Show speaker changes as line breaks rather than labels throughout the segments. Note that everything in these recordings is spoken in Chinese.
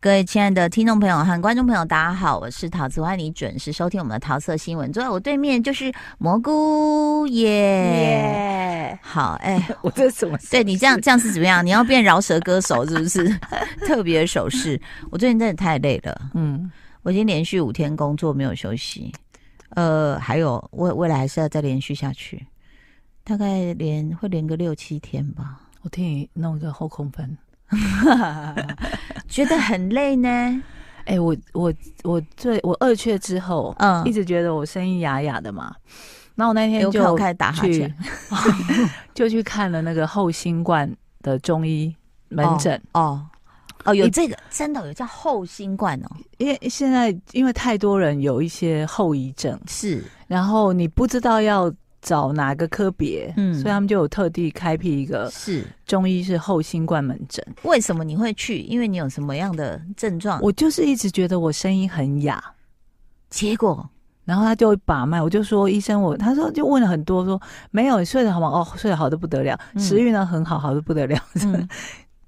各位亲爱的听众朋友和观众朋友，大家好，我是桃子，欢迎你准时收听我们的桃色新闻。坐在我对面就是蘑菇耶。
耶！
好，哎、
我这是什么事？
对你这样这 样是怎么样？你要变饶舌歌手是不是？ 特别手势，我最近真的太累了，
嗯，
我已经连续五天工作没有休息，呃，还有未未来还是要再连续下去，大概连会连个六七天吧，
我替你弄一个后空翻。
觉得很累呢。
哎、我我我最我二雀之后，
嗯
一直觉得我声音哑哑的嘛。然哎后我那天
有看我
就
开始打哈
去
欠，
就去 看了那个后新冠的中医门诊，
哦。哦，有
一
这个真的有叫后新冠哦，
因为现在因为太多人有一些后遗症，
是
然后你不知道要找哪个科别，
嗯
所以他们就有特地开辟一个
是，
中医是后新冠门诊。
呃为什么你会去？因为你有什么样的症状？
我就是一直觉得我声音很哑，
结果
然后他就把脉，我就说医生我，他说就问了很多，说没有，你睡得好吗？哦，睡得好的不得了，
嗯
食欲呢很好，好的不得了。
嗯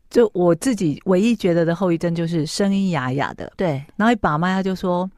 就我自己唯一觉得的后遗症就是声音哑哑的，
对，
然后一把脉他就说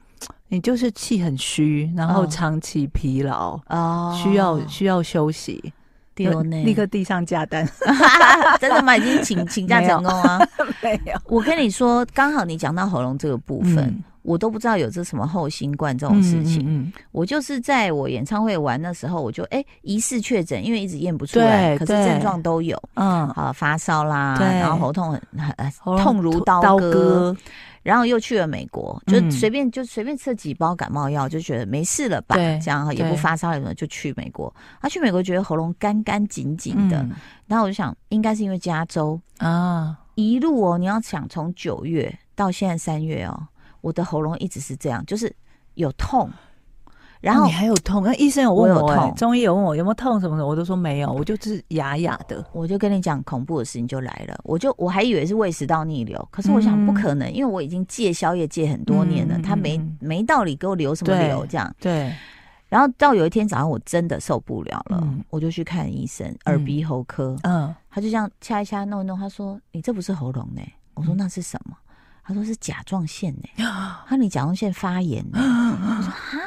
你就是气很虚，然后
嗯
长期疲劳，
哦，
需要需要休息，
丢呢，
立刻递上假单，
真的吗？已经请请假
没有
成功啊！
没有，
我跟你说，刚好你讲到喉咙这个部分，
嗯
我都不知道有这什么后新冠这
这
种事情。
嗯嗯
我就是在我演唱会玩的时候，我就哎、疑似确诊，因为一直验不出来，
对
可是
对
症状都有
嗯嗯
啊、发烧啦，
对
然后喉痛很很
喉咙
痛如刀
刀
割
割，
然后又去了美国，就
嗯
随便、就随便吃了几包感冒药，就觉得没事了吧，
对
这样哈也不
对
发烧什么，就去美国。他、去美国觉得喉咙干干紧紧
嗯
的，然后我就想应该是因为加州
啊，
一路哦，你要想从九月到现在三月哦，我的喉咙一直是这样，就是有痛，然
那
后
哦你还有痛？那医生有问
我有
我、欸
痛
中医有问我有没有痛什么什么，我都说没有，我就是哑哑 的。
我就跟你讲恐怖的事情就来了，我就我还以为是胃食道逆流，可是我想
嗯
不可能，因为我已经戒宵夜戒很多年了，
嗯
他没
嗯嗯
没道理给我留什么
对
流这样。
对，
然后到有一天早上我真的受不了了，
嗯
我就去看医生，耳鼻喉科，
嗯，
他就这样掐一掐弄一弄，他说你这不是喉咙呢、欸
嗯
我说那是什么？他说是甲状腺 呢、他说你甲状腺发炎呢、
嗯
我说哈。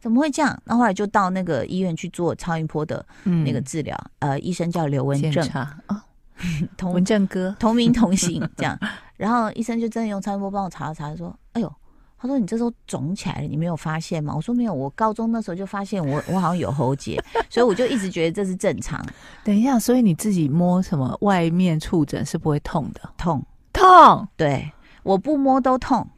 怎么会这样？那后来就到那个医院去做超音波的
嗯
那个治疗，呃，医生叫刘文
检
正，
查啊，
同
文正哥，
同名同姓 这样。然后医生就真的用超音波帮我查了查，说：“哎呦，他说你这时候肿起来了，你没有发现吗？”我说：“没有，我高中那时候就发现我我好像有喉结， 所以我就一直觉得这是正常
等一下，所以你自己摸什么外面触诊是不会痛的，
痛。
痛。
对，我不摸都痛，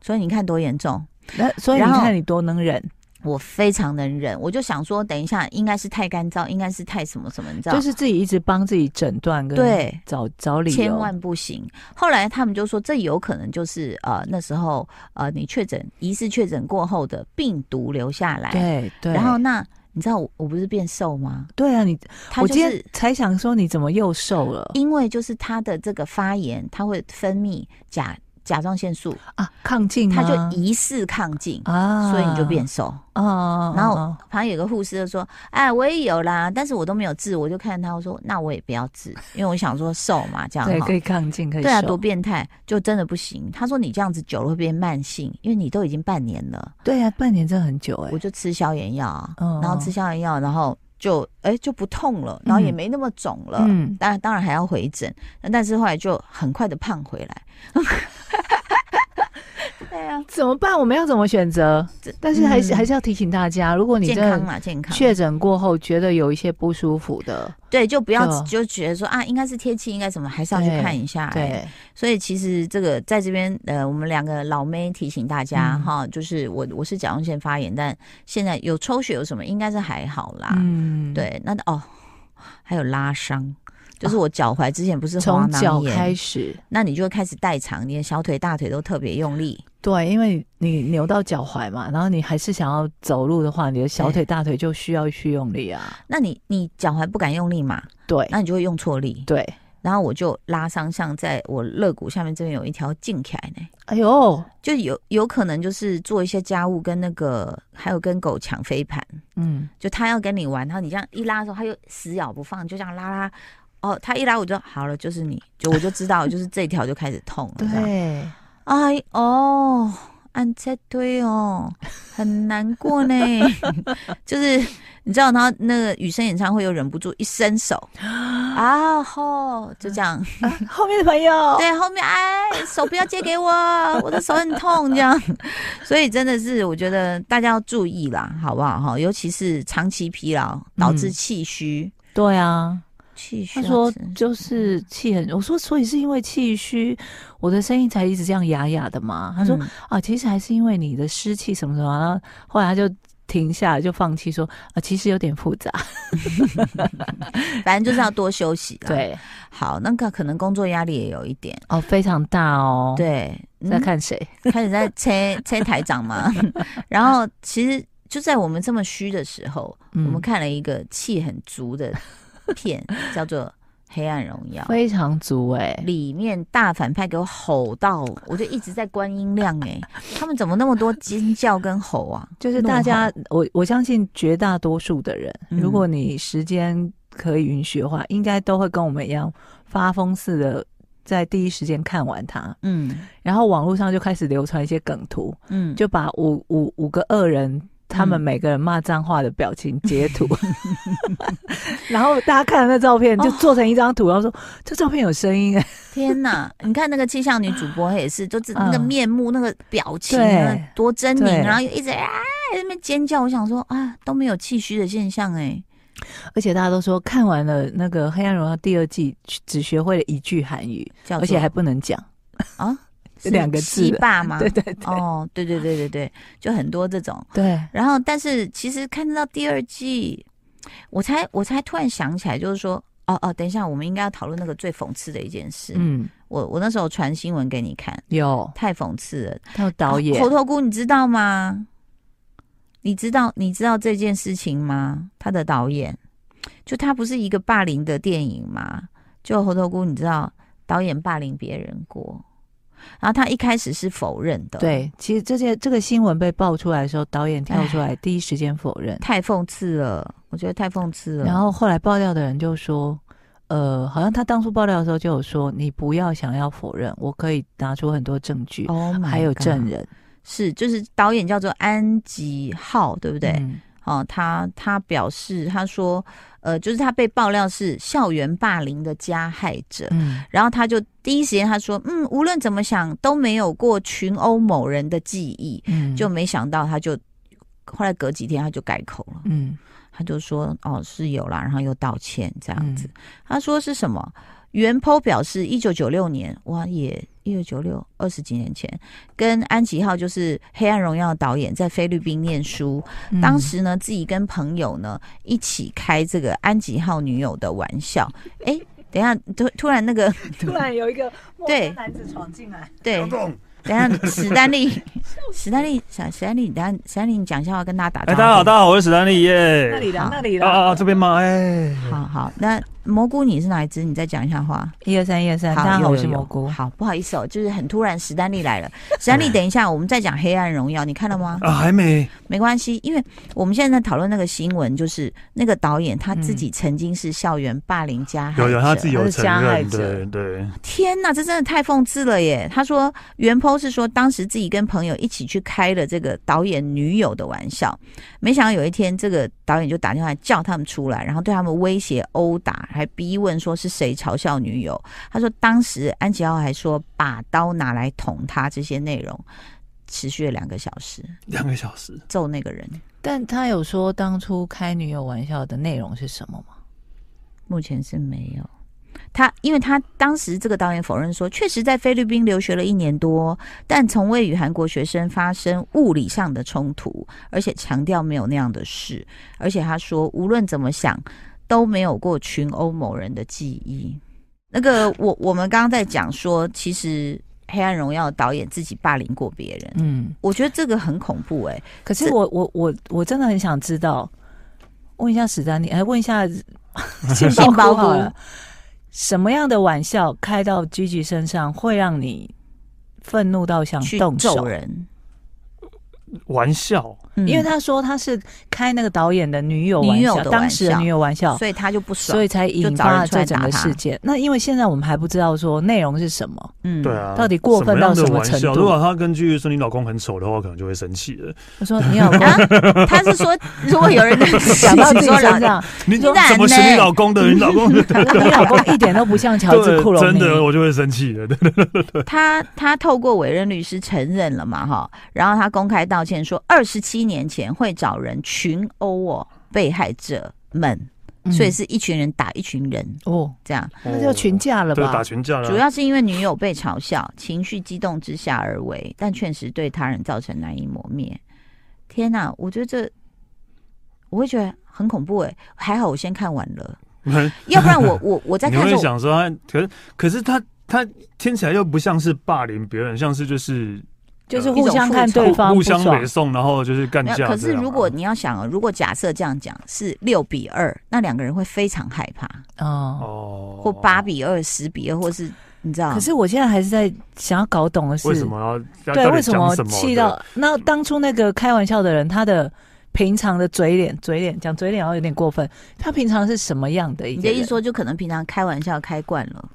所以你看多严重。
那所以你
然后
看你多能忍，
我非常能忍，我就想说，等一下应该是太干燥，应该是太什么什么，你知道？
就是自己一直帮自己诊断跟
对
找找理由，
千万不行。后来他们就说，这有可能就是呃那时候呃你确诊疑似确诊过后的病毒留下来，
对对。
然后那你知道我我不是变瘦吗？
对啊，你
它
我
就
今天
是
才想说你怎么又瘦了
因为就是它的这个发炎，它会分泌甲甲状腺素，
啊？亢进
它
吗？
就疑似亢进，
啊，
所以你就变瘦。
啊，
然后
啊
旁边有个护士就说：“哎，我也有啦，但是我都没有治。”我就看他，我说：“那我也不要治，因为我想说瘦嘛，这样
对
哈
可以亢进，可以
对啊，
瘦
多变态，就真的不行。他说你这样子久了会变慢性，因为你都已经半年了。
对啊，半年真的很久哎、
我就吃消炎药啊，
嗯
然后吃消炎药，然后就哎、就不痛了，然后也没那么肿了。
嗯，
当然当然还要回诊，那但是后来就很快的胖回来。 对啊，
怎么办？我们要怎么选择
这？
但是还是、
嗯
还是要提醒大家，如果你
健
真
康
的
嘛，健康。
确诊过后觉得有一些不舒服的，
对，就不要
对
就觉得说啊，应该是天气，应该什么，还是要去
对
看一下、哎，
对，
所以其实这个在这边，呃，我们两个老妹提醒大家
嗯
哈、就是我我是甲状腺发炎，但现在有抽血有什么，应该是还好啦。
嗯，
啊对，那哦，还有拉伤，就是我脚踝之前不是滑
哦从脚
囊
开
炎，
始，
那你就会开始代偿，你的小腿、大腿都特别用力。
对，因为你扭到脚踝嘛，然后你还是想要走路的话，你的小
对
腿、大腿就需要去用力啊，
那你你脚踝不敢用力嘛，
对，
嗯那你就会用错力，
对，
然后我就拉伤，像在我肋骨下面这边有一条进起来呢，
哎呦，
就有有可能就是做一些家务，跟那个还有跟狗抢飞盘，
嗯，
就它要跟你玩，然后你这样一拉的时候，它又死咬不放，就这样拉拉。哦，它一拉我就好了，就是你就我就知道，就是这一条就开始痛了。这样
对，
哎哎哦，按在推 哦，很难过呢。 就是你知道，他那个雨声演唱会又忍不住一伸 手，啊吼，就这样。
后面的朋友，
对，后面哎，手不要借给我，我的手很痛，这样。 所以真的是，我觉得大家要注意啦，好不好？哈，尤其是长期疲劳导
嗯
致气虚，
对啊，
气虚
他
啊。
说
真是
就是气很，我说所以是因为气虚，我的声音才一直这样哑哑的嘛。他说、
嗯
啊，其实还是因为你的湿气什么什么，然后后来他就停下来就放弃说啊，其实有点复杂，
反正就是要多休息啦。，
对，
好，那个可能工作压力也有一点。
哦，非常大哦，，
对，嗯
在看谁，
开始在切切台长嘛， 然后其实就在我们这么虚的时候，
嗯
我们看了一个气很足的片，叫做《黑暗荣 耀》。
非常足哎、
里面大反派给我吼到，我就一直在关音量哎、他们怎么那么多尖叫跟吼啊？
就是大家，我我相信绝大多数的人，
嗯
如果你时间可以允许的话，应该都会跟我们一样发疯似的，在第一时间看完它。
嗯
然后网络上就开始流传一些梗图，
嗯，就
就把五五五个恶人。他们每个人骂脏话的表情截 图，然后大家看了那照片就做成一张图，然后说这照片有声 音哎、
天哪！你看那个气象女主播她也是，就是
嗯
那个面目、那个表情
对
啊，多狰狞，
对
然后又一直啊在那边尖叫。我想说啊，都没有气虚的现象哎、
而且大家都说看完了那个《黑暗荣耀》第二季，只学会了一句韩语，
叫做
而且还不能讲。
啊，
这两个字
西 霸吗？
对对对、
哦，对对对对对，就很多这种。
对，
然后，但是其实看到第二季，我才我才突然想起来，就是说，哦哦，等一下，我们应该要讨论那个最讽刺的一件事。
嗯，
我我那时候传新闻给你看，
有
太讽刺了。
还有导演
猴头菇，你知道吗？你知道你知道这件事情吗？他的导演，就他不是一个霸凌的电影吗？就猴头菇，你知道导演霸凌别人过，然后他一开始是否认的，，
对，其实这件这个新闻被爆出来的时候，导演跳出来第一时间否认，
太讽刺了，我觉得太讽刺了。
然后后来爆料的人就说，呃，好像他当初爆料的时候就有说，你不要想要否认，我可以拿出很多证据，
哦，
还有证人，
是，就是导演叫做安吉浩，对不对？
嗯
哦，他他表示，他说，呃，就是他被爆料是校园霸凌的加害者，
嗯，
然后他就第一时间他说，嗯，无论怎么想都没有过群殴某人的记忆，
嗯
就没想到他就后来隔几天他就改口了，
嗯
他就说，哦，是有啦，然后又道歉这
这
样子。，他说是什么？袁剖表示，一九九六年，哇，也一九九六二十几年前，跟安琪浩就是《黑暗荣耀》导演在菲律宾念书，
嗯
当时呢自己跟朋友呢一起开这个安吉浩女友的玩笑，哎。等一下，突突然那个
突然有一个陌
对
男子闯进来，
对， 等一下史丹 利，史丹利，史史丹利，等一下史丹利，你讲一下，我要跟大家打招
哎，
呼。
大家好，大家好，我是史丹利耶。
那里的
好
那里
啊
的，
啊，啊这边吗？哎，
好好，那蘑菇你是哪一只？你再讲一下话。
一二三一二三，大家好，
有
我
有
是
有
蘑菇，
好，不好意思哦，就是很突然，史丹利来了。史丹利，等一下，我们再讲《黑暗荣耀》，你看了吗？
啊，还没。
没关系，因为我们现在在讨论那个新闻，就是那个导演他自
嗯
己曾经是校园霸凌加害者。
有有，他自己有承
他是加害
认，
者
对对。
天呐，这真的太讽刺了耶！他说，原 po 是说当时自己跟朋友一起去开了这个导演女友的玩笑，没想到有一天这个导演就打电话叫他们出来，然后对他们威胁、殴打，还逼问说是谁嘲笑女友。他说当时安吉奥还说把刀拿来捅他，这些内容持续了两个小时，
两个小时，
揍那个人。
但他有说当初开女友玩笑的内容是什么吗？
目前是没有。他因为他当时这个导演否认说，确实在菲律宾留学了一年多，但从未与韩国学生发生物理上的冲突，而且强调没有那样的事。而且他说，无论怎么想，都没有过群殴某人的记忆。那个我我们刚刚在讲说，其实《黑暗荣耀》导演自己霸凌过别人，
嗯。
我觉得这个很恐怖哎、
可是
这
我我我我真的很想知道，问一下史丹利，哎，问一 下杏鲍菇好了，什么样的玩笑开到 Gigi 身上会让你愤怒到想
去
动手
揍？人。
玩笑，
嗯
因为他说他是开那个导演的女友玩
女友
笑，
的
当时的
玩笑
女友玩笑，
所以他就不爽
所，以才引发了这整个
就找人出来打他
事件。那因为现在我们还不知道说内容是什么，
嗯
对，啊，
到底过分到什
什
么
么样的
程
玩笑？
度
如果他根据说你老公很丑的话，我可能就会生气了。
我 说你老公
啊他是说如果有人讲
讲到自己身 上，
你
当
怎
然
么是
呢
你老公的？你 老公对
你老公一点都不像 乔治库隆
真
尼，
的我就会生气了。对
他他透过委任律师承认了嘛哈，然后他公开道歉说，二十七年前会找人群殴哦被害者们，
嗯
所以是一群人打一群人
哦，
这样，
那就群架了
哦对，
吧
打？群架啊了。
主要是因为女友被嘲笑，情绪激动之下而为，但确实对他人造成难以磨灭。天哪，我觉得这我会觉得很恐怖哎、还好我先看完了，要不然我我我在
你
看的时
会
候，
想说他，可是可是他他听起来又不像是霸凌别人，像是就是
就是互相看对方
互
不
相
爽
北，送，然后就是干
没有
架。
可是如
啊
果你要想哦，如果假设这样讲是六比二，那两个人会非常害怕，
哦。
哦，
或八比二、十比二，或是你知道？
可是我现在还是在想要搞懂的是，
为什么要要
对
到底
为什
讲
么
什么
气
对
到那当初那个开玩笑的人，他的平常的嘴脸，嘴脸讲嘴脸好像有点过分，他平常是什么样的一
你
个
这
人？
一说，就可能平常开玩笑开惯了，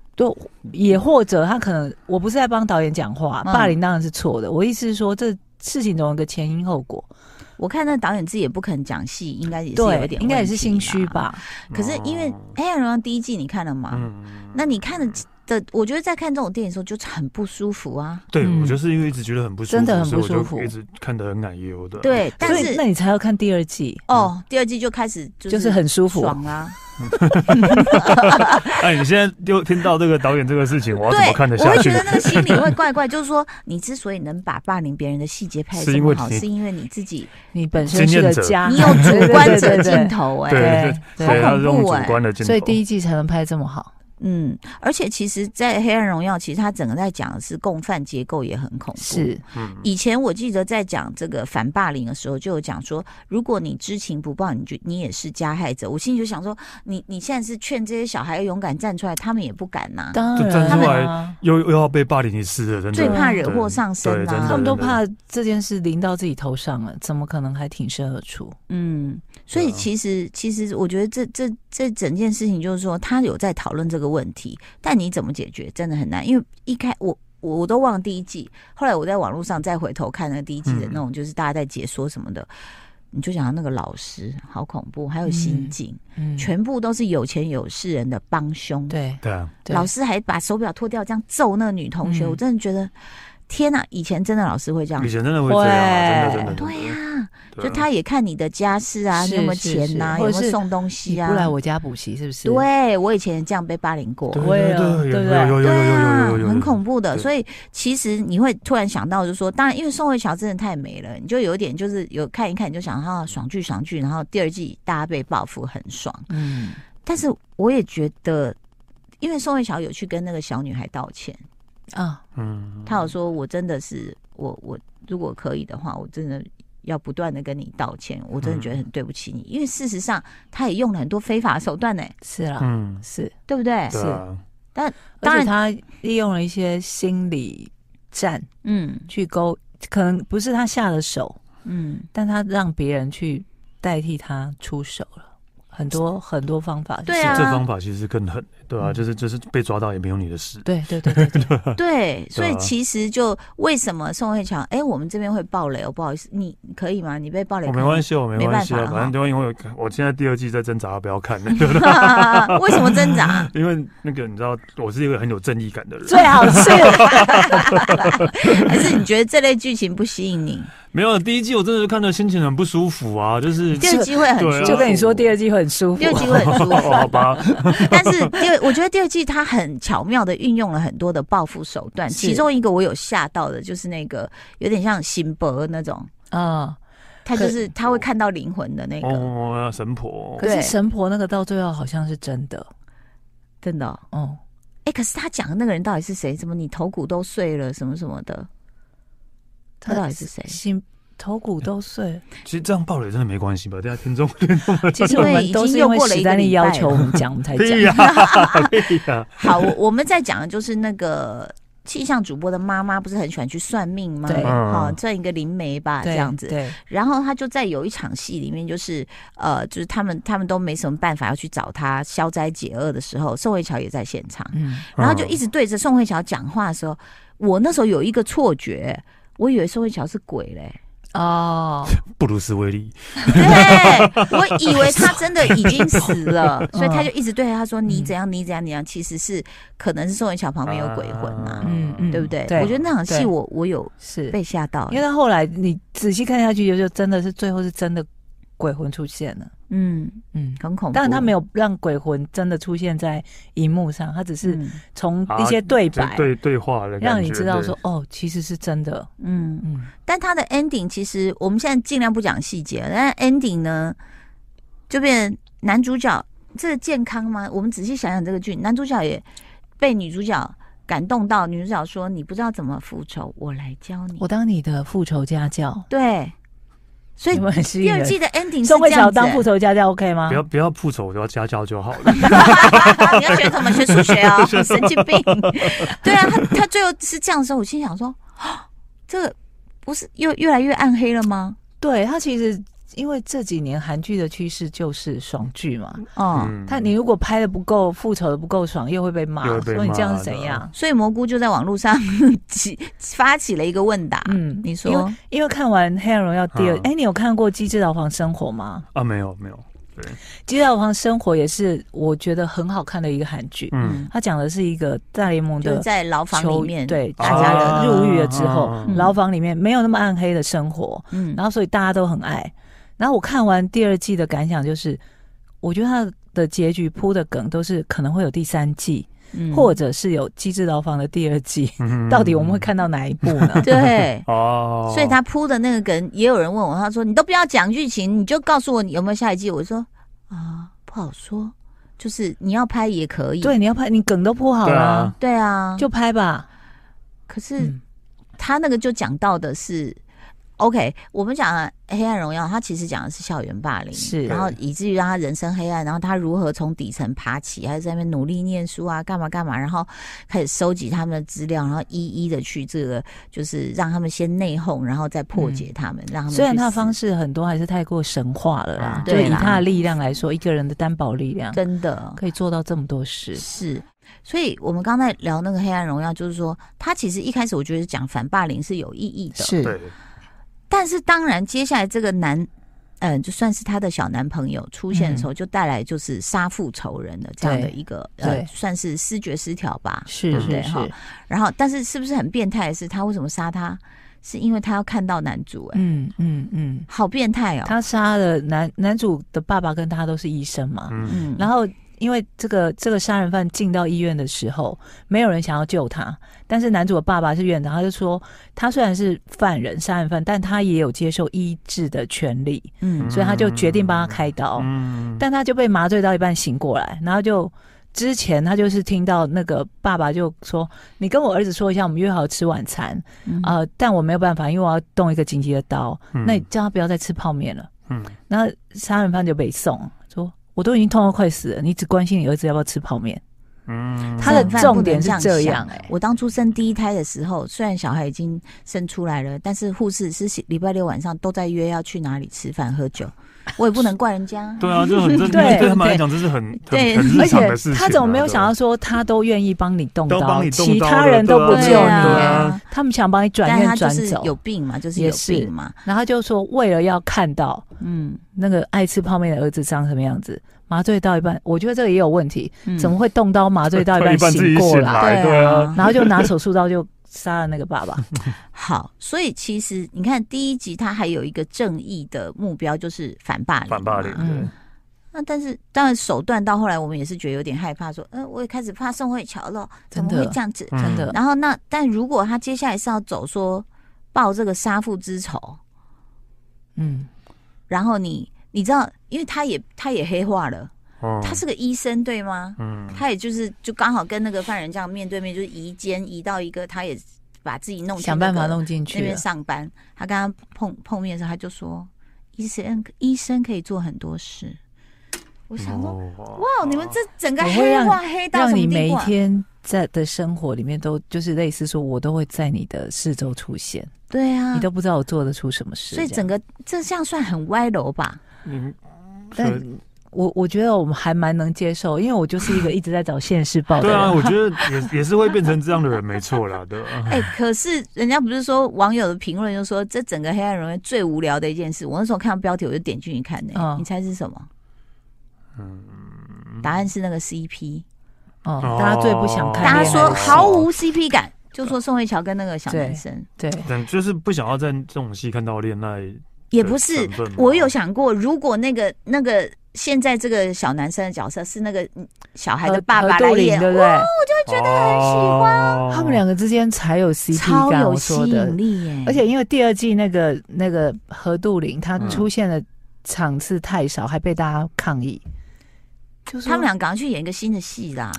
也或者他可能我不是在帮导演讲话，
嗯
霸凌当然是错的。我意思是说，这事情总有个前因后果，
我看那导演自己也不肯讲戏，应该也是有
对
一，点，
应该也是心虚。吧？
可是因为《
哦
黑暗荣耀》第一季你看了吗？
嗯
那你看的的，我觉得在看这种电影的时候就很不舒服啊。
对
嗯
我就是因为一直觉得很不舒服，
真的很
所以
不舒服
我就一直看得很奶油的。
对，但
所以
是
那你才要看第二季，
嗯
哦，第二季就开始就
就是很舒服。
爽啊啦。
哎，你现在又听到这个导演这个事情，我要
对，
怎么看得下
我会
去
觉？得那个心里会 怪怪，就是说，你之所以能把霸凌别人的细节拍得
是
这
因为
么好，
你
是因为你自己
你本身是个家，
你有主观
啊对
者
对对
镜头哎、
对
对
对，
好
要
恐怖
用主
哎
观的镜头。
所以第一季才能拍这么好。
嗯，而且其实，在《黑暗荣耀》，其实它整个在讲的是共犯结构也很恐怖。，
是，
嗯
以前我记得在讲这个反霸凌的时候，就有讲说，如果你知情不报，你就你也是加害者。我心里就想说，你你现在是劝这些小孩要勇敢站出来，他们也不敢呐、
当
就
然
站
出
来
啊
又又要被霸凌一次了，真的。
最怕惹
对
祸上身
对真
啊
的
他们都怕这件事临到自己头上了，怎么可能还挺身而出？
嗯，所以
对啊
其实其实我觉得这这这整件事情就是说，他有在讨论这个问题，但你怎么解决真的很难，因为一开我。我我都忘了第一季，后来我在网络上再回头看那个第一季的
嗯
那种，就是大家在解说什么的，你就想到那个老师好恐怖，还有刑警，
嗯，
全部都是有钱有势人的帮凶。
对
对啊，
对
老师还把手表脱掉，这样揍那个女同学，
嗯
我真的觉得天哪、以前真的老师会这样
以，前真的会这样啊，
会
真的真的。真的
对呀、
对啊
就他也看你的家世啊，你
是
有没有
是
钱呐、有没
是或者
有
是
送东
你
西啊？
不来我家补习是不是？
对啊我以前也这样被霸凌过，啊
对
我也有
对
对不
有
对
有有有有有有有有有，
很恐怖的。
对
所以其实你会突然想到，就是说，当然因为宋慧乔真的太美了，你就有一点就是有看一看，你就想啊爽剧爽剧，然后第二季大家被报复很爽。
嗯，
但是我也觉得，因为宋慧乔有去跟那个小女孩道歉，
啊，
嗯，
她有说我真的是我我如果可以的话，我真的。要不断的跟你道歉，我真的觉
嗯
得很对不起你，因为事实上他也用了很多非法手段呢、
是啦，
嗯，
是，
对不对？
对啊，
当
而
然
且他利用了一些心理战
嗯
去勾，可能不是他下的手，
嗯，
但他让别人去代替他出手了，很多很多方法是这
对
样。
啊
这方法其实更狠，对啊，
嗯
就是就是被抓到也没有你的事，
对对对对对，
对，所以
对啊
其实就为什么宋慧乔，哎、我们这边会爆雷哦，不好意思，你可以吗？你被爆雷，
哦我没关系，我没关系
没
啊，
办法
反正都因为我我现在第二季在挣扎要不要看，
系， 为什么挣扎？
因为那个你知道，我是一个很有正义感的人，
最好是
还是你觉得这类剧情不吸引 你？
没有第一季我真的是看的心情很不舒服啊，就是
第二季会很
对啊
舒
就
服，
跟你说第二季会很舒服
第。二季会很舒 服，
好吧，
但是第二，我觉得第二季它很巧妙的运用了很多的报复手段，
是
其中一个我有吓到的就是那个有点像辛伯那种，
啊，
他就是他会看到灵魂的那个，
哦，神婆，
可是
对
神婆那个到最后好像是真的，
真的、哦。
哦，
哎、可是他讲的那个人到底是谁？怎么你头骨都碎了，什么什么的？他到底是谁？
心头骨
嗯
都碎 了。
其实这样暴雷真的没关系吧？大家听众
其实我们都是因为史丹利要 求我们讲，我们才讲。
屁呀，屁呀，
好，我我们在讲的就是那个气象主播的妈妈不是很喜欢去算命吗？
对嗯
好、算一个灵媒吧，这
对
样子。
对，
然后他就在有一场戏里面，就是呃，就是他们他们都没什么办法要去找他消灾解厄的时候，宋慧乔也在现场，
嗯，
然后就一直对着宋慧乔讲话的时候，我那时候有一个错觉，我以为宋慧乔是鬼嘞、
哦，
布鲁斯威利，
对，我以为他真的已经死 了，所以他就一直对他说：“你
嗯
怎样，你怎样，你怎样。”其实是可能是宋慧乔旁边有鬼魂
啊
嘛，
嗯嗯
对不对？
对
我觉得那场戏
对
我我有
是，
被吓到
因，为他后来你仔细看下去，就就真的是最后是真的鬼魂出现了，
嗯，
嗯。
很恐怖。
当然，他没
有
有让鬼魂真的出现在荧幕上，他只是
嗯
从一些对白，
对对话的感觉，
让你知道
对
说，哦，其实是真的。
嗯，
嗯，
但他的 ending 其实我们现在尽量不讲细节，但 ending 呢就变男主角这个健康吗？我们仔细想想这个剧，男主角也被女主角感动到，女主角说：“你不知道怎么复仇，我来教你。
我当你的复仇家教”，
对，所以
你们很吸
第
引
二
人。
季的 ending 是
宋慧
这样
乔
子、
当
欸
复仇家教 OK 吗
不？要不要复仇，我要家教就好了。
你要学什么？学数学 哦，神经病。对啊，他他最后是这样的时候，我心想说，啊这个不是又越来越暗黑了吗？
对他其实，因为这几年韩剧的趋势就是爽剧嘛，
哦、
嗯
他你如果拍的不够，复仇的不够爽，又会被骂
又，会被
说你这样是
骂
怎
对
样？
所以蘑菇就在网络上 起发起了一个问答。
嗯
你
因为
说
因为看完《黑暗荣耀》第二，
嗯
哎，你有看过《机智牢房生活》吗？
啊，没有没有，
《机智牢房生活》也是我觉得很好看的一个韩剧，
嗯，
它讲的是一个大联盟
就是
的
在牢房里
囚
面，，
对
大家的
的
啊
入狱了之后，
啊
嗯
牢房里面没有那么暗黑的生活，
嗯
然后所以大家都很爱。然后我看完第二季的感想就是，我觉得它的结局铺的梗都是可能会有第三季，
嗯
或者是有《机智牢房》的第二季，
嗯
到底我们会看到哪一部呢？
对。
哦，
所以他铺的那个梗，也有人问我，他说：“你都不要讲剧情，你就告诉我你有没有下一季。”我说：“啊，不好说，就是你要拍也可以。”
对，你要拍，你梗都铺好
对
了啊，
啊，
对啊，
就拍吧。
可是
嗯
他那个就讲到的是，OK，我们讲《黑暗荣耀》，他其实讲的是校园霸凌，
是
然后以至于让他人生黑暗，然后他如何从底层爬起，还是在那边努力念书啊，干嘛干嘛，然后开始收集他们的资料，然后一一的去这个，就是让他们先内讧，然后再破解他们，让他们
嗯虽然他
他
的方式很多还是太过神话了啦
嗯，
就
对啊
以
啦
他的力量来说，一个人的单薄力量
真的
可以做到这么多事。
是。所以，我们刚才聊那个《黑暗荣耀》，就是说，他其实一开始我觉得讲反霸凌是有意义的，
是，
对，
但是当然，接下来这个男，嗯、就算是她的小男朋友出现的时候，就带来就是杀父仇人的这样的
嗯对
一个呃
对，
算是失觉失调吧。
是
对不嗯对
是
哈
是，
然后，但是是不是很变态的是，他为什么杀他？是因为他要看到男主、哎、
嗯嗯嗯，
好变态哦。
他杀了男男主的爸爸跟他都是医生嘛，
嗯，
然
后
后。因为这个这个杀人犯进到医院的时候，没有人想要救他，但是男主的爸爸是院长，他就说他虽然是犯人杀人犯，但他也有接受医治的权利，
嗯
所以他就决定帮他开刀。
嗯，
哦但他就被麻醉到一半醒过来，然后就之前他就是听到那个爸爸就说：“你跟我儿子说一下，我们约好吃晚餐。
嗯
呃，但我没有办法，因为我要动一个紧急的刀，
嗯
那你叫他不要再吃泡面了。
嗯，”
然后杀人犯就被送说。我都已经痛到快死了，你只关心你儿子要不要吃泡面。
嗯
他的
剩饭
重点
不
是
能这
这
样想
样、
欸
哎，
我当初生第一胎的时候，虽然小孩已经生出来了，但是护士是礼拜六晚上都在约要去哪里吃饭喝 酒，我也不能怪人家。
对啊，这很这
对
对他们
对
来讲，这是很很
对
很
而
日常的事
且
情啊。
他怎么没有想
对
要
啊
说他都愿意帮你动
都
刀，
帮你动
其
刀
他
了
人
对
都
啊
不救
对
你、
啊
他们想帮你转
但他
院
就
转
是
走，
有病嘛，就是
也
有
是
病嘛，
然后他就说为了要看到
嗯，
那个爱吃泡面的儿子长什么样子，麻醉到一半，我觉得这个也有问题，
嗯
怎么会动刀麻醉到
到
一
一半
半
自己
醒过
醒
来，
对
来 对
啊
啊？
然后就拿手术刀就杀了那个 爸爸？
好，所以其实你看第一集，它还有一个正义的目标，就是反霸凌。
反霸凌？，
嗯
对，
那但是当然手段到后来，我们也是觉得有点害怕，说，嗯、我也开始怕宋慧乔了，怎么
真的
会这样子？
嗯
真的
然后那但如果他接下来是要走说报这个杀父之仇，
嗯，
然后你你知道，因为他也他也黑化了，
嗯
他是个医生对吗？
嗯，
他也就是就刚好跟那个犯人这样面对面，就是移间移到一个，他也把自己弄进
想
那
办法
个
弄进
那
去啊
边
了，
上班，他跟他碰碰面的时候，他就说，医生医生可以做很多事。我想说，哦
哦
哇，你们这整个
我会
黑
让
化黑到什
让
么
你
地
每一
步啊？
天在的生活里面都就是类似说，我都会在你的四周出现，
对啊，
你都不知道我做得出什么事。
所以
这
整
样
个这这样算很歪楼吧？
你
哦但
可
我我觉得我们还蛮能接受，因为我就 是一个一直在找现世报的
对
人。
啊，我觉得也也是会变成这样的人，没错啦，对啊吧？
哎、可是人家不是说网友的评论就说这整个黑暗荣誉最无聊的一件事。我那时候看到标题我就点进去看呢、
嗯
你猜是什么？
嗯，
答案是那个 CP。
哦，大家最不想看
大
哦
家
恋爱
说
的戏
毫无 CP 感，就说宋慧乔跟那个小男生
对，
但就是不想要在这种戏看到恋爱，
也不是
成分吗。
我有想过，如果那个那个现在这个小男生的角色是那个嗯小孩的爸
何
爸
呃杜
来
林
演，
对不对？
觉得很喜欢
啊他们两个之间才有 CP
超
感，
有
我
吸
说的
引。力耶！
而且因为第二季那个那个何杜林他
嗯
出现的场次太少，还被大家抗议。就是
他们俩赶快去演一个新的戏啦。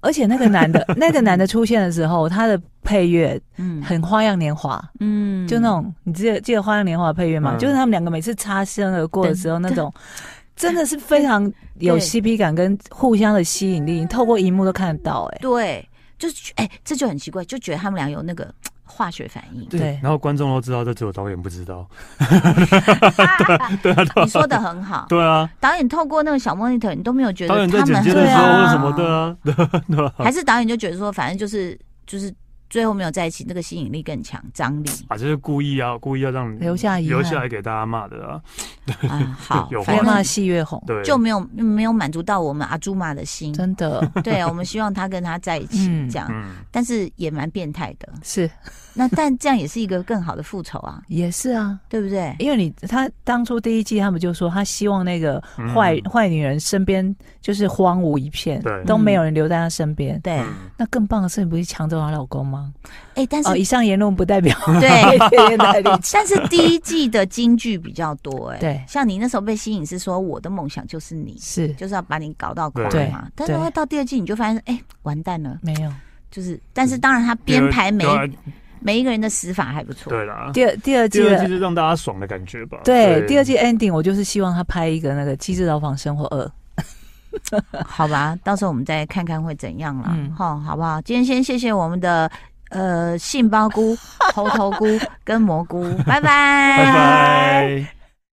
而且那个男的，那个男的出现的时候，他的配乐
嗯
很《花样年华》，
嗯
就那种你记得记得《花样年华》的配乐吗？
嗯
就是他们两个每次擦身而过的时候，
对
那种真的是非常有
对
CP 感跟互相的吸引力，你透过荧幕都看得到、哎，
对，就是哎、这就很奇怪，就觉得他们俩有那个化学反应。
对
对，
然后观众都知道，这只有导演不知道。
啊你说的很好，
对啊，
导演透过那个小 monitor，你都没有觉得
导演在
他们
剪接的
很
时候
对啊
或什么的啊，对啊对啊，
还是导演就觉得说，反正就是就是最后没有在一起，那个吸引力更强，张力
啊，就是故意啊，故意要让
留下遗憾
留下来给大家骂的啊。
啊，好，
有
反
越骂
正
戏越红，
对，
就没有没有满足到我们阿朱玛的心。
真的
对啊，我们希望他跟他在一起
嗯
这样，
嗯，
但是也蛮变态的。
是
那但这样也是一个更好的复仇啊，
也是啊。
对不对？
因为你他当初第一季他们就说他希望那个坏
嗯
坏女人身边就是荒芜一片
对，
都没有人留在她身边。
对，哎、
嗯
那更棒的事情不是抢走她老公吗？
但是、
哦，以上言论不代表
对，
天的立场。
但是第一季的金句比较多、哎，
对
像你那时候被吸引是说我的梦想就是你，
是
就是要把你搞到垮
对
嘛。但是
对
到第二季你就发现，哎、完蛋了，
没有。
就是，但是当然他编排每
嗯对啊
每一个人的死法还不错，
对啦，
第二第二季
第二季
的
就让大家爽的感觉吧。
对第二季 ending，我就是希望他拍一个那个《机智牢房生活二》。
好吧，到时候我们再看看会怎样啦，
嗯
哈、好不好？今天先谢谢我们的呃杏鲍菇、猴头菇跟蘑菇，拜拜，
拜拜。